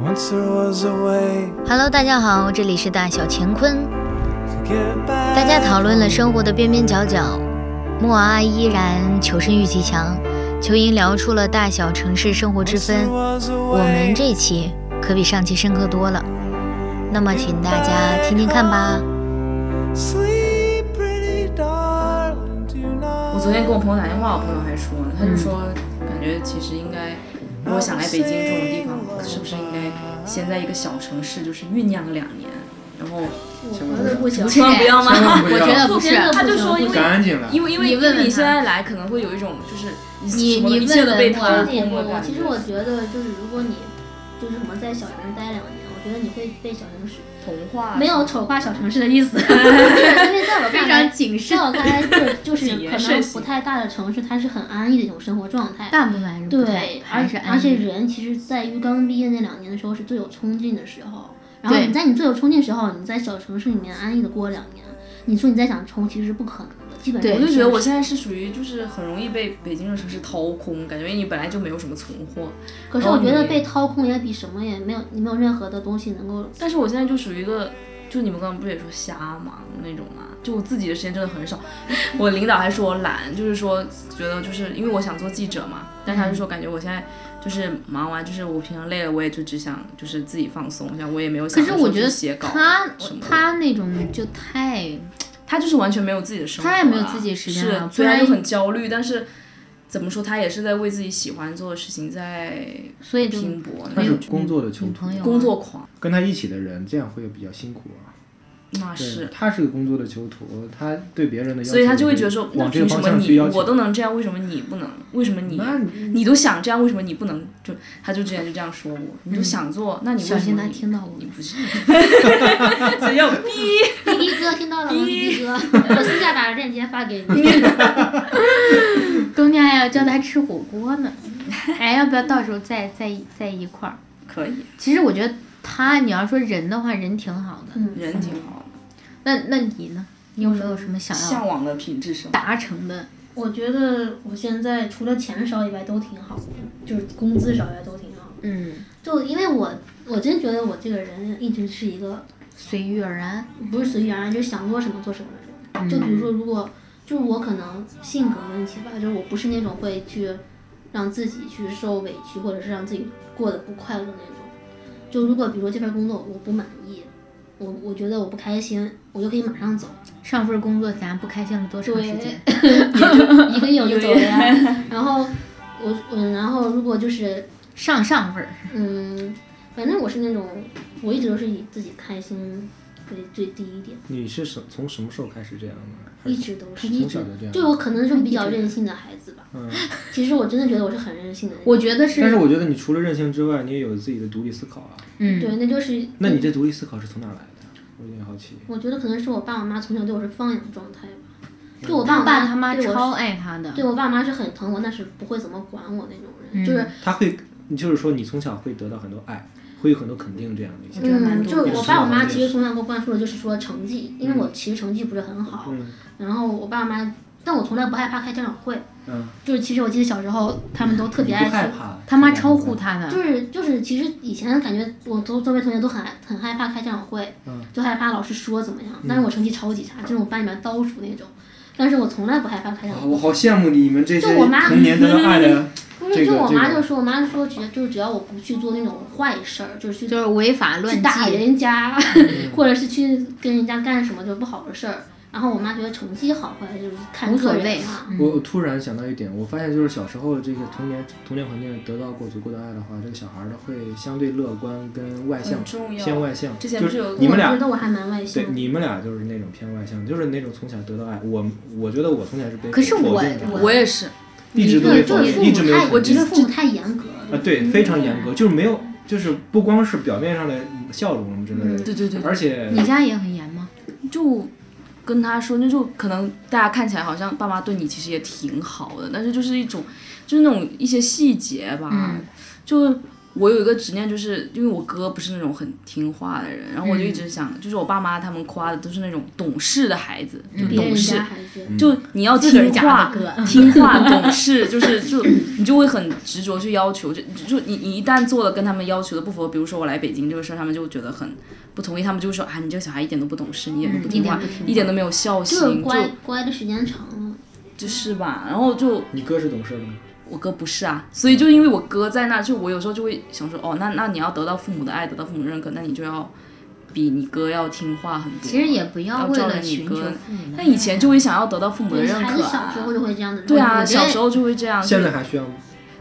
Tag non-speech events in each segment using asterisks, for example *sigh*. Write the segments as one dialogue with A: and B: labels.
A: Once there was a way
B: Hello，大家好，这里是大小乾坤。
A: to get back.
B: 大家讨论了生活的边边角角，木阿依然求生欲极强，球银聊出了大小城市生活之
A: Once there
B: 分。
A: was a
B: 我们
A: way
B: 这一期可比上期深刻多了，那么请大家听听看吧。
A: Sleep, pretty darling, tonight.
C: 我昨天跟我朋友打电话，我朋友还说呢，他就说，感觉其实应该，如果想来北京这种地方，是不是应该先在一个小城市就是酝酿个两年，然后
D: 我觉得不行，
C: 千万不要吗？
E: 我
D: 我觉得不是
C: 真，的他就说因为
E: 赶紧了，
C: 因为因为
D: 你
C: 因
D: 问问
C: 为你
D: 他
C: 现在来可能会有一种就是
B: 你
C: 什么
B: 你
C: 一切
B: 问
C: 都被
B: 问
C: 掏
B: 我
D: 我
C: 空了
D: 我
C: 感
D: 其实我觉得就是如果你就是什么在小城市待两年，我觉得你会被小城市
C: 童话
D: 没有丑化小城市的意思，就是因为在我看来，
F: 谨
D: 在。我看来就是
C: *laughs*
D: 就是
C: 谨
D: 可
C: 言慎
D: 能
C: 行
D: 不太大的城市，它是很安逸的一种生活状态。
F: 大部分还是不太
D: 对，而
F: 还是安
D: 而且
F: 逸。
D: 人其实，在于刚毕业那两年的时候是最有冲劲的时候。然后
F: 对
D: 你在你最有冲劲的时候，你在小城市里面安逸的过两年，你说你再想冲，其实是不可能的，基本上
F: 对
C: 我
D: 是
C: 就觉得我现在是属于就是很容易被北京的城市掏空，感觉你本来就没有什么存货，
D: 可是
C: 然
D: 我
F: 哦
C: 后
D: 觉得
C: 你
D: 被掏空也比什么也没有，你没有任何的东西能够。
C: 但是我现在就属于一个，就你们刚刚不也说瞎忙那种嘛，就我自己的时间真的很少。我领导还说我懒，就是说觉得就是因为我想做记者嘛，但他就说感觉我现在就是忙完，就是我平常累了，我也就只想就是自己放松一下，我也没有想
F: 可
C: 着
F: 是
C: 说
F: 我觉得
C: 去写稿
F: 他
C: 什么的
F: 他那种就太
C: 他就是完全没有自己的生活啊，
F: 他也没有自己时间了
C: 是虽
F: 不
C: 然
F: 然
C: 就很焦虑，但是。怎么说，他也是在为自己喜欢做的事情在
F: 所以就
C: 拼搏，
E: 他
C: 那
E: 是
C: 种
E: 工作的囚
F: 女
E: 徒
F: 朋，友啊
C: 工作狂，
E: 跟他一起的人这样会比较辛苦啊。
C: 那
E: 对
C: 是
E: 他是个工作的囚徒，他对别人的要求，
C: 所以他就会觉得说，那
E: 往这个
C: 凭什
E: 方
C: 么
E: 向去
C: 你
E: 要求。
C: 我都能这样，为什么你不能？为什么你
E: 那
C: 你都想这样，为什么你不能？就他就之前就这样说我，你都想做，那你
F: 嗯小
C: 为什
F: 心
C: 么
F: 他
C: 你
F: 听到我
C: 你
F: 们。
C: 不
F: *laughs*
C: 是？只要
D: 滴滴哥听到了吗？滴滴 *laughs* 哥，我私下把链接发给你。 *laughs*
F: 冬天还要叫他吃火锅呢，哎，要不要到时候再再再一块儿？
C: 可以，
F: 其实我觉得他，你要说人的话，人挺好的。
D: 嗯，
C: 人挺好，
F: 那那你呢？你有没有什么想要
C: 向往的品质生活。
F: 达成的？
D: 我觉得我现在除了钱少以外都挺好的，就是工资少以外都挺好。
F: 嗯，
D: 就因为我，我真觉得我这个人一直是一个
F: 随遇而安。
D: 不是随遇而安，就是想做什么做什么的人。就比如说，如果就是我可能性格问题吧，就是我不是那种会去让自己去受委屈，或者是让自己过得不快乐那种。就如果比如说这份工作我不满意，我我觉得我不开心，我就可以马上走，
F: 上份工作咱不开心了多长时间？ *laughs*
D: 一个月我就走了呀。然后我我然后如果就是
F: 上上份儿。
D: 嗯，反正我是那种我一直都是以自己开心为最第一点，
E: 你是什从什么时候开始这样的？还
D: 一
E: 是
D: 直都是。
E: 从小就这样。
D: 就我可能是比较任性的孩子吧，
E: 嗯，
D: 其实我真的觉得我是很任性的人。
F: 我觉得
E: 但是
F: 是，
E: 我觉得你除了任性之外，你也有自己的独立思考啊。
D: 对，
F: 嗯，
D: 那就是
E: 那你这独立思考是从哪儿来的？我有点好奇。
D: 我觉得可能是我爸我妈从小对我是放养状态吧，
E: 嗯
D: 就我爸
F: 他
D: 我
F: 爸他妈
D: 对我
F: 超
D: 是
F: 爱他的。
D: 对我爸妈是很疼我，但是不会怎么管我那种
F: 嗯
D: 人，就是
E: 他会，你就是说你从小会得到很多爱，会有很多肯定这样的一些。
F: 觉得蛮
D: 嗯，
F: 多
D: 就是
F: 的
D: 我
E: 是
D: 爸
E: 的
D: 我妈
E: 这
D: 其
E: 个
D: 实从小给我灌输的就是说成绩，因为我其实成绩不是很好，
E: 嗯
D: 然后我爸妈，但我从来不害怕开家长会，
E: 嗯，
D: 就是其实我记得小时候他们都特
E: 你
D: 别
E: 不
D: 爱
E: 害
D: 去。
E: 怕？
F: 他妈超护他的，
D: 就是就是，其实以前感觉我周周围同学都很很害怕开家长会，
E: 嗯
D: 就害怕老师说怎么样。但是我成绩超级差，就是我班里面倒数那种。但是我从来不害怕开家
E: 啊
D: 长，
E: 我
D: 会，
E: 好羡慕你们这些
D: 就我妈
E: 童年得到爱的。
D: 不是
E: 这
D: 就
E: 个
D: 我
E: 这
D: 妈
E: 个
D: 就说，我妈说只就是只要我不去做那种坏事儿，就是去
F: 就是违法
D: 去
F: 乱
D: 打
F: 纪。
D: 人
E: *laughs*
D: 家，
E: 嗯
D: 或者是去跟人家干什么就不好的事儿。然后我妈觉得成绩好坏就是看
F: 无所
D: 个
F: 谓嗯
D: 人啊嘛。
E: 我我突然想到一点，我发现就是小时候这个童年童年环境得到过足够的爱的话，这个小孩儿的会相对乐观跟外向
D: 嗯
C: 很，重要
E: 偏外向。
C: 之前
E: 就
C: 不是有
E: 你们
D: 我
E: 俩
D: 觉得我还蛮外向
E: 对
D: 的。
E: 你们俩就是那种偏外向，就是那种从小得到爱。我我觉得我从小是被
F: 可是
E: 否
F: 我
E: 定的
C: 我也是，
E: 一直
D: 就是
E: 都被
D: 就
E: 否
D: 是
E: 定，
D: 父
E: 一直没
D: 母
E: 有
D: 太，
E: 肯
D: 我觉
E: 定
D: 得父母太严格了。
E: 啊，对，非常严格，就是没有，就是不光是表面上的笑容什么之类的，
C: 对对对，
E: 而且
F: 你家也很严吗？
C: 就跟他说，那就可能大家看起来好像爸妈对你其实也挺好的，但是就是一种，就是那种一些细节吧，
F: 嗯
C: 就我有一个执念，就是因为我哥不是那种很听话的人，然后我就一直想，就是我爸妈他们夸的都是那种懂事的孩子，就
D: 别人
C: 懂事
D: 家，孩子，
C: 就你要
F: 嗯自个儿
C: 听
F: 家
C: 话
F: 的歌，
C: 听话懂事， *laughs* 就是就你就会很执着去要求，就就你你一旦做了跟他们要求的不符合，比如说我来北京这个事儿，他们就觉得很不同意，他们就说啊，你这个小孩一点都不懂事，你一点都不听话，一点都没有孝
D: 就是
C: 心，就
D: 乖乖的时间长了，
C: 就是吧，然后就
E: 你哥是懂事的吗？
C: 我哥不是啊，所以就因为我哥在那，就我有时候就会想说，哦，那那你要得到父母的爱，得到父母认可，那你就要比你哥要听话很多。
B: 其实也不要
C: 要
B: 为
C: 照
B: 了
C: 着你
B: 寻求
C: 哥
B: 父母的
C: 那
B: 爱
C: 以前就会想要得到父母的
D: 对，
C: 认
D: 孩
C: 可
D: 子小
C: 啊
D: 时，候就会这样的。
C: 对啊，
D: 我觉得
C: 小时候就会这样。
E: 现在
C: 就
E: 还需要吗？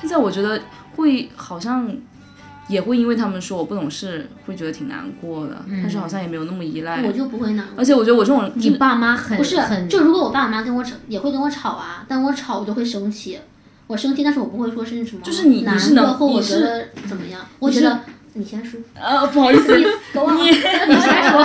C: 现在我觉得会好像也会因为他们说我不懂事，会觉得挺难过的，但是好像也没有那么依赖
D: 嗯我。就不会难过
C: 而。且我觉得我这种
F: 你爸妈很
D: 不是，
F: 很
D: 就如果我爸我妈跟我吵，也会跟我吵啊，但我吵我就会生气，我生气，但是我不会说是什么，
C: 就是你
D: 难
C: 你是
D: 过
C: 能
D: 或我
C: 你
D: 觉
C: 是
D: 得怎么样，我觉
C: 是
D: 得你先说，
C: 呃不好意
D: *laughs*
C: 思，
D: 给我
F: *laughs*
D: 你
F: 你先说，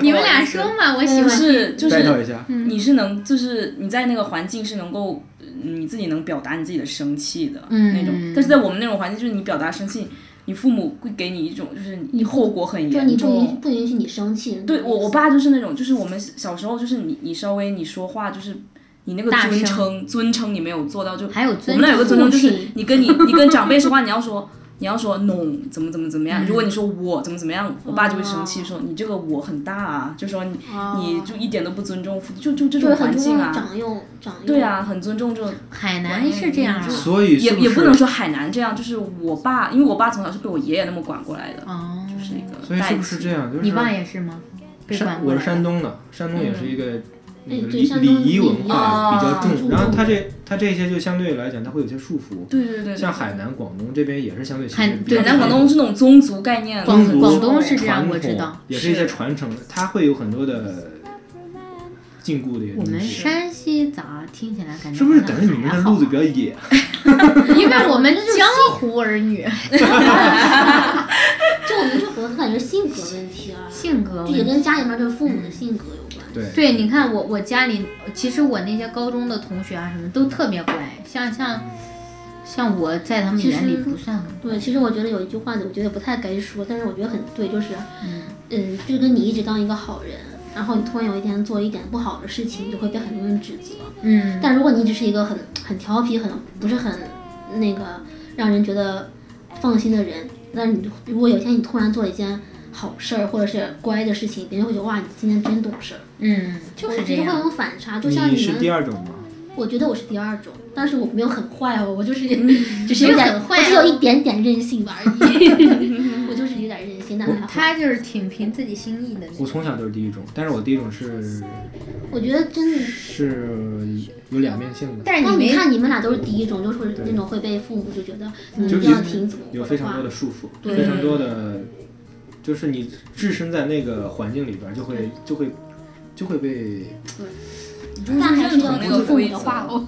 F: 你们俩说嘛，我喜欢
C: 就
F: 听。
C: 是就是
E: 带到一下，
C: 你是能，就是你在那个环境是能够，呃你自己能表达你自己的生气的、
D: 嗯
C: 那种。但是在我们那种环境，就是你表达生气，你父母会给你一种就是你后果很
D: 就是
C: 严
D: 你不允
C: 重。
D: 不允许你生气。
C: 对我，我爸就是那种，就是我们小时候，就是你你稍微你说话就是你那个
F: 大
C: 尊
F: 声
C: 称尊称你没有做到，就
B: 还有
C: 我
B: 尊
C: 们那有个尊称，就是
D: 父亲
C: 你跟你你跟长辈说话，你要说你要说 no 怎么怎么怎么样。如果你说我怎么怎么样，我爸就会生气，说你这个我很大啊，就说你你就一点都不尊重父，就就这
D: 就
C: 种
D: 是
C: 环
D: 很
C: 境
D: 重
C: 啊
D: 要，。长幼长幼。
C: 对啊，很尊重这种，
B: 海南是这样啊，
E: 所以
C: 也
E: 是
C: 也
E: 是
C: 不能说海南这样，就是我爸，因为我爸从小是被我爷爷那么管过来的，
F: 哦，
C: 就是一个
E: 所以
C: 代
E: 是不
C: 际。
E: 是这样？就是
F: 你爸也是吗？被管
E: 山，
F: 过
E: 我
F: 来
E: 是山东的，山东也是一个那个
D: 对
E: 礼
D: 山东
E: 礼仪文化比较
C: 礼仪
E: 重，
D: 啊
E: 然后它这它这些就相对来讲，它会有些束缚。
C: 对对对对，
E: 像海南、广东这边也是相对形
F: 海
E: 式比较
C: 海南、
E: 传
C: 广
E: 统
C: 东是那种宗族概念，
F: 广
E: 宗族
F: 广东是这
E: 传
F: 样，
E: 统
F: 我知道。
E: 也是一些传承的，它会有很多的禁锢的一些
F: 我
E: 东
F: 们
E: 西。
F: 山西早听起来感觉
E: 是不是
F: 好像
E: 感觉你们
F: 还
E: 的
F: 好
E: 路子比
F: *laughs*
E: 较野？
F: 因为我
E: *laughs*
F: 们江湖儿女，
D: 就我们这我感觉性格问题啊，
F: 性格
D: 就也跟家里面对父母的性格有关。
E: 对
F: 对，你看我我家里，其实我那些高中的同学啊什么都特别乖，像像像我在他们眼里
D: 其实
F: 不算很
D: 对，其实我觉得有一句话，我觉得不太该说，但是我觉得很对，就是，嗯，就跟你一直当一个好人，然后你突然有一天做一点不好的事情，你就会被很多人指责。
F: 嗯，
D: 但如果你只是一个很很调皮、很不是很那个让人觉得放心的人，那你如果有一天你突然做了一件好事儿或者是乖的事情，别人会觉得哇，你今天真懂事儿，
F: 嗯，
D: 就
F: 就是这
D: 我觉得会
F: 样。
D: 有反差。就像你
E: 是第
D: 们，
E: 二种吗？
D: 我觉得我是第二种，但是我没有很坏哦，我就是只
F: 没
D: 是
F: 有
D: 有点，
F: 很
D: 我
F: 坏
D: 只
F: 啊
D: 有一点点任性吧
F: *laughs*
D: 而已，我就是有点任性，但还好。
F: 他就是挺凭自己心意的那
E: 我
F: 种。
E: 从小都是第一种，但是我第一种是
D: 我觉得真的，
E: 是有两面性的，
F: 但是
D: 但
F: 你
D: 你
F: 没
D: 看你们俩都是第一种，就是
E: 对
D: 那种会被父母就觉得你
E: 就
D: 一
E: 是
D: 定要听祖母
E: 有
D: 的
E: 非常
D: 话
E: 多的束缚，
D: 对
E: 非常多的，就是你置身在那个环境里边儿，就会就会就会被
D: 但还是要
C: 认同那
D: 听
C: 个
D: 父
C: 规
D: 母
C: 则
D: 的
C: *laughs*
D: 话喽。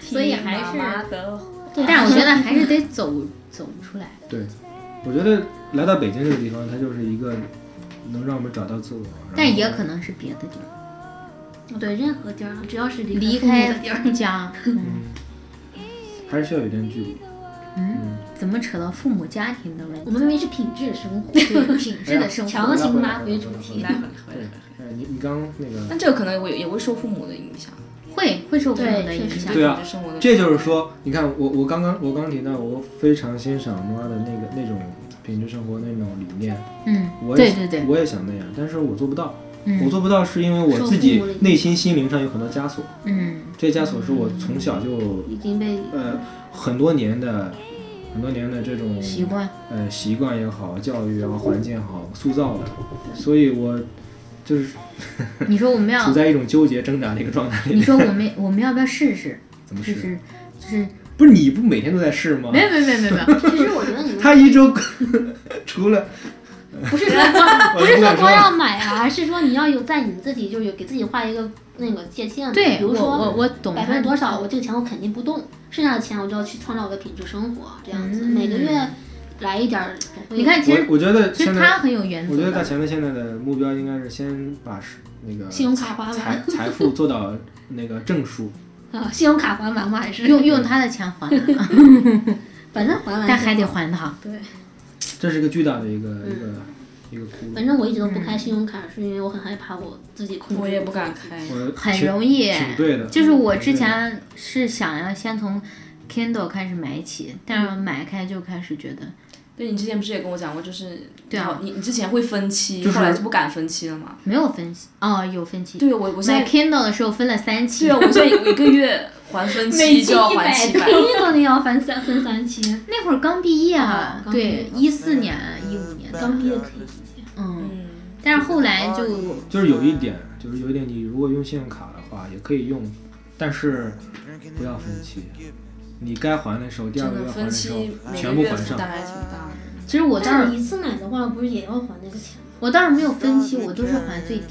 F: 所以还是
C: 听妈妈的
D: 对
F: 但我觉得还是得走走出来。
E: 对。我觉得来到北京这个地方，它就是一个能让我们找到自我，
F: 但也
E: 能。
F: 可能是别的地方，
D: 对，任何地儿啊，只要是
F: 离
D: 离
F: 开
D: 父母的地儿，
F: 家，嗯
E: 还是需要有一定距离。
F: 怎么扯到父母家庭的问
D: 我
F: 题？
D: 们明明是品质生活，
F: 对品质的生
D: 哎强
F: 活，
D: 行拉回主题
C: 来。回来回来。
E: 哎，你你刚那个，
F: 嗯
C: 但这个可能也会也会受父母的影响，
F: 会会受父母的
D: 对
F: 影
D: 确实
F: 响。
E: 对啊
C: 品质生活的
E: 这就是说，你看我我刚刚我刚提到，我非常欣赏妈的那个那种品质生活那种理念，
F: 嗯，
E: 我也
F: 对对对，
E: 我也想那样，但是我做不到。
F: 嗯
E: 我做不到是因为我自
D: 受
E: 己
D: 父母的影响
E: 内心心灵上有很多枷锁，
F: 嗯
E: 这些枷锁是我从小就
D: 已经被
E: 呃很多年的很多年的这种
F: 习
E: *laughs*
F: 惯。
E: 呃习惯也好，教育也好，环境也好塑造的，所以我就是
F: 你说我们要
E: 处在一种纠结挣扎的一个状态里
F: 你
E: 面。
F: 说我们我们要不要试试？
E: 怎么
F: 就
E: 试？啊
F: 是就是
E: 不是你不每天都在试吗？
F: 没有没有没有没有没
E: *laughs*
F: 有，
D: 其实我觉得你们
E: 他一周 *laughs* 除了
D: 不是
E: *laughs*
D: 说光
E: 我
D: 不是
E: 不
D: 说
E: 敢
D: 光
E: 说，
D: 要买啊，是说你要有在你自己就是有给自己画一个那个界限嘛，
F: 对
D: 比如
F: 我
D: 说
F: 我我懂
D: 百分之多少，我这个钱我肯定不动，剩下的钱我就要去创造我的品质生活，这样子
F: 嗯
D: 每个月来一点儿总会。
F: 你看，其
E: 我
F: 实
E: 我觉得
F: 其实
E: 现在
F: 他很有原
E: 我觉
F: 则
E: 得大
F: 的，
E: 前辈现在的目标应该是先把是那个
D: 信用卡还
E: 财
D: 完
E: *laughs* 财富做到那个正数，
D: *laughs* 啊，信用卡还完嘛，还是
F: 用用他的钱还。
D: 反正还完，
F: 但还得。还他。
D: 对，
E: 这是一个巨大的一个、
F: 嗯
E: 一个一个窟
D: 反
E: 窿。
D: 正我一直都不开信用卡，是因为我很害怕我自己控制。
C: 我也不敢。开。
E: 我
F: 很
E: 挺
F: 容易
E: 挺对的，
F: 就是我之
E: 挺对的
F: 前是想要先从 Kindle 开始买起，但是买开就开始觉得，
C: 对你之前不是也跟我讲过，就是
F: 对啊
C: 你你之前会分期，
E: 就是
C: 后来就不敢分期了嘛。
F: 没有分期哦，有分期。
C: 对，我我现
F: 买
C: 在
F: Kindle 的时候分了三期，
C: 对
F: *laughs*
C: 啊，我现在一个月还分期就要还七百。
D: 到底要分三分三期，
F: 那会儿刚毕业
D: 哦
F: 啊，
D: 刚毕业
F: 对，一四年、一五年的，
D: 刚毕业可以。
F: 嗯，
C: 嗯，
F: 但是后来就
E: 就是有一点，就是有一点，你如果用信用卡的话，也可以用，但是不要分期。你该还的时候，第二
C: 真
E: 个月
C: 的
E: 还
C: 分
E: 的
C: 期
E: 时候
C: 每
E: 全
C: 个
E: 部
C: 月
E: 还
C: 负
E: 上。嗯
C: 担还挺大的。
F: 其实我倒
D: 但
F: 是
C: 嗯
D: 是一次买的话，不是也要还那个钱吗？
F: 我倒是没有分期，我都是还最低，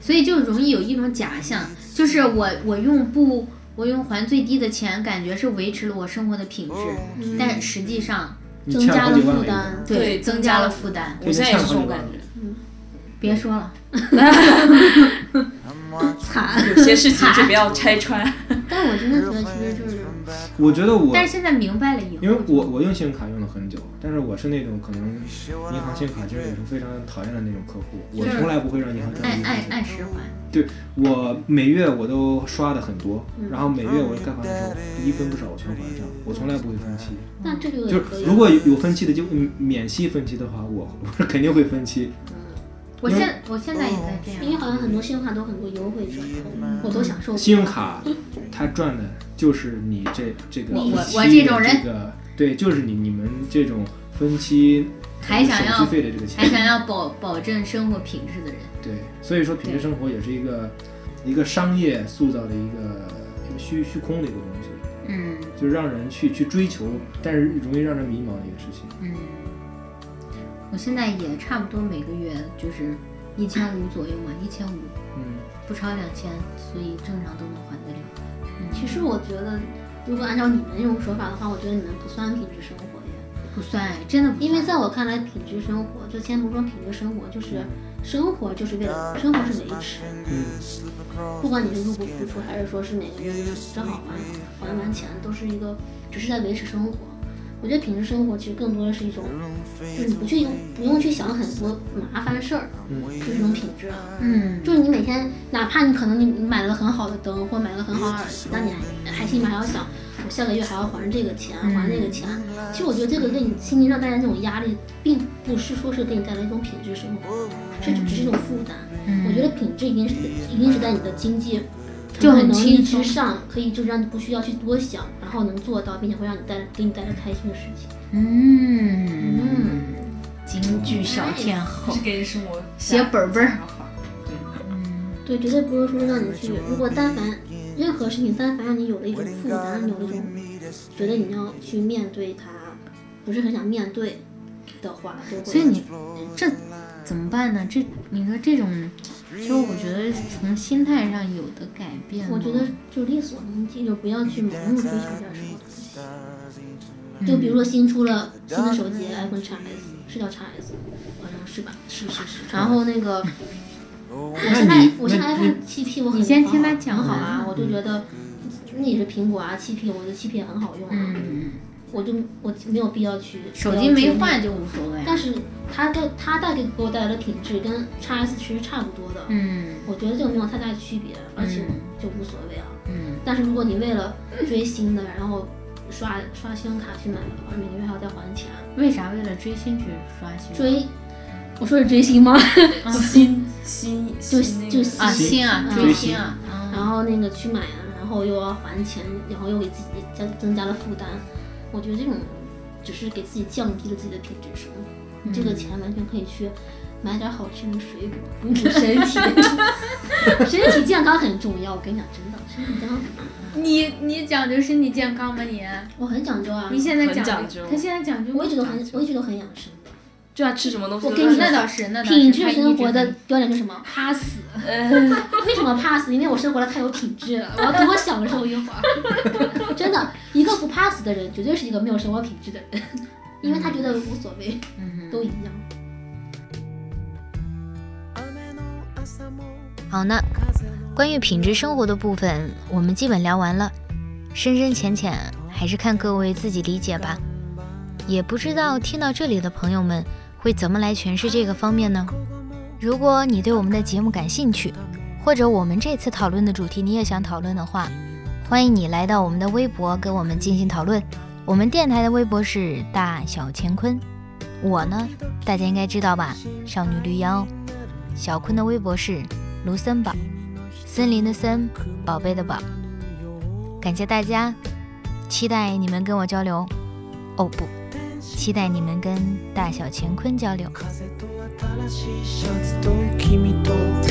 F: 所以就容易有一种假象，就是我我用不我用还最低的钱，感觉是维持了我生活的品质，
C: 哦
D: 嗯
F: 但实际上
E: 你
D: 增
E: 欠
D: 加
E: 好
D: 了
E: 几万
D: 负
E: 了已经
D: 担。
C: 对
F: 增
C: 增
F: 加
C: 加
F: 了
C: 了
F: 负担。
C: 我现在也是这种感觉，
F: 别说了，
D: 惨。
C: *laughs* 有些事情就不要拆
E: *laughs*
C: 穿。
D: 但我真的觉得其实就是，
E: 我觉得我，
F: 但是现在明白了以后，
E: 因为我我用信用卡用了很久，但是我是那种可能银行信用卡经理是非常讨厌的那种客户，我
F: 就是
E: 从来不会让银行赚
F: 按
D: 哎
E: 我
F: 按
E: 钱。
F: 按时还，
E: 对我每月我都刷的很多，然后每月我该还的时
D: 嗯
E: 候一分不少我全还上，我从来不会分期。
D: 那
F: 嗯
D: 这个
E: 就
D: 也可
E: 是
D: 以。
E: 如果有有分期的就嗯免息分期的话，我我肯定会分期。
F: 我现我现在也在这
D: 因为
F: 样，
D: 好像很多信用卡都有很多优惠折扣，我都享受不到。
E: 信用卡它赚的就是你这这个
F: 我
E: 分
F: 我
E: 期
F: 我
E: 的
F: 这种人
E: 个对，就是你你们这种分期
F: 还想
E: 手
F: 要
E: 续费的这个
F: 还
E: 钱，
F: 想要保保证生活品质的人，
E: 对，所以说品质生活也是一个一个商业塑造的一个一个虚虚空的一个东西，
F: 嗯
E: 就让人去去追求，但是容易让人迷茫的一个事情。
F: 嗯，我现在也差不多每个月就是一千五左右嘛，一千五
E: 嗯，
F: 不超两千，所以正常都能还得了。
D: 其实我觉得，如果按照你们这种说法的话，我觉得你们不算品质生活耶。
F: 不算，真的不算
D: 因为在我看来，品质生活就先不说品质生活，就是生活就是为了生活是维持，不管你是入不敷出，还是说是每个月正好还还完钱，都是一个只是在维持生活。我觉得品质生活其实更多的是一种，就是你不去用不用去想很多麻烦事儿，就是一种品质啊。
F: 嗯，
D: 就是你每天，哪怕你可能你你买了个很好的灯，或买了个很好的耳机，但你还还心里面还要想，我下个月还要还这个钱，还那个钱。
F: 嗯
D: 其实我觉得这个给你心理上带来这种压力，并不是说是给你带来一种品质生活，这只是一种负担。
F: 嗯
D: 我觉得品质一定是一定是在你的经济
F: 就很
D: 能力
F: 轻
D: 之
F: 松
D: 上，可以就让你不需要去多想，然后能做到，并且会让你带给你带来开心的事情。
F: 嗯，京剧小天后
C: 是给你生活
F: 写本本儿，
D: 对，绝对不是说让你去。如果但凡任何事情，但凡让你有了一种负担，有了一种觉得你要去面对它，不是很想面对的话，就会。
F: 所以你这怎么办呢？这你说这种，其实我觉得从心态上有的改变，嗯
D: 我觉得就力所能及，就不要去盲目追求点什么东西。
F: 嗯
D: 就比如说新出了新的手机，iPhone x S 是叫 x S，好像是吧？是是是。然后那个，我现
E: 那
D: 在
E: 你
D: 我现在
E: 那
D: iPhone 七 P 我很
F: 你先听他
D: 很好
F: 讲
D: 很好
F: 完
D: 啊，我就觉得那也是苹果啊，七 P 我觉得七 P 也很好用啊，
F: 嗯，
D: 我就我没有必要去
F: 手机没
D: 换。
F: 换就无所谓，
D: 但是它带它带给给我带来的品质跟 x S 其实差不多的，
F: 嗯
D: 我觉得这个没有太大区别，而且就无所谓啊。
F: 嗯
D: 但是如果你为了追新的，然后刷刷信用卡去买，而每个月还要再还钱，
F: 为啥为了追星去刷新？啊
D: 追，我说是追星吗？
C: 新新
D: 就
C: 新
D: 就
F: 啊
D: 新
F: 星啊
D: 嗯
F: 追星啊，
D: 然后那个去买啊，然后又要还钱，然后又给自己加增加了负担，我觉得这种只是给自己降低了自己的品质生活。
F: 嗯
D: 你这个钱完全可以去买点好吃的水果，补补身体。
F: *laughs*
D: 身体健康很重要，我跟你讲，真的，身体健康很重要。
F: 嗯你你讲究身体健康吗你？
D: 我很讲究啊，
F: 你现在
C: 很
F: 讲
C: 讲
F: 究
C: 究，
F: 他现在讲究，
D: 我一直都很，我一直都很养生。
C: 就要吃什么东西
D: 我
C: 都
D: 给
C: 是
D: 你
F: 啊那倒是那倒是，
D: 品
F: 他
D: 质
F: 一
D: 生
F: 直
D: 活的
F: 很
D: 标准是什么？怕死。 *laughs* 为什么怕死？因为我生活的太有品质了，我要多享受一会儿。 *laughs* 真的，一个不怕死的人，绝对是一个没有生活品质的人， *laughs* 因为他觉得无所谓，
F: 嗯
D: 都一样。
B: 好呢，关于品质生活的部分，我们基本聊完了，深深浅浅还是看各位自己理解吧。也不知道听到这里的朋友们会怎么来诠释这个方面呢？如果你对我们的节目感兴趣，或者我们这次讨论的主题你也想讨论的话，欢迎你来到我们的微博跟我们进行讨论。我们电台的微博是大小乾坤，我呢，大家应该知道吧，少女绿妖。小坤的微博是卢森堡，森林的森，宝贝的宝。感谢大家，期待你们跟我交流。哦不，期待你们跟大小乾坤交流。
A: 風と新しいシャツと君と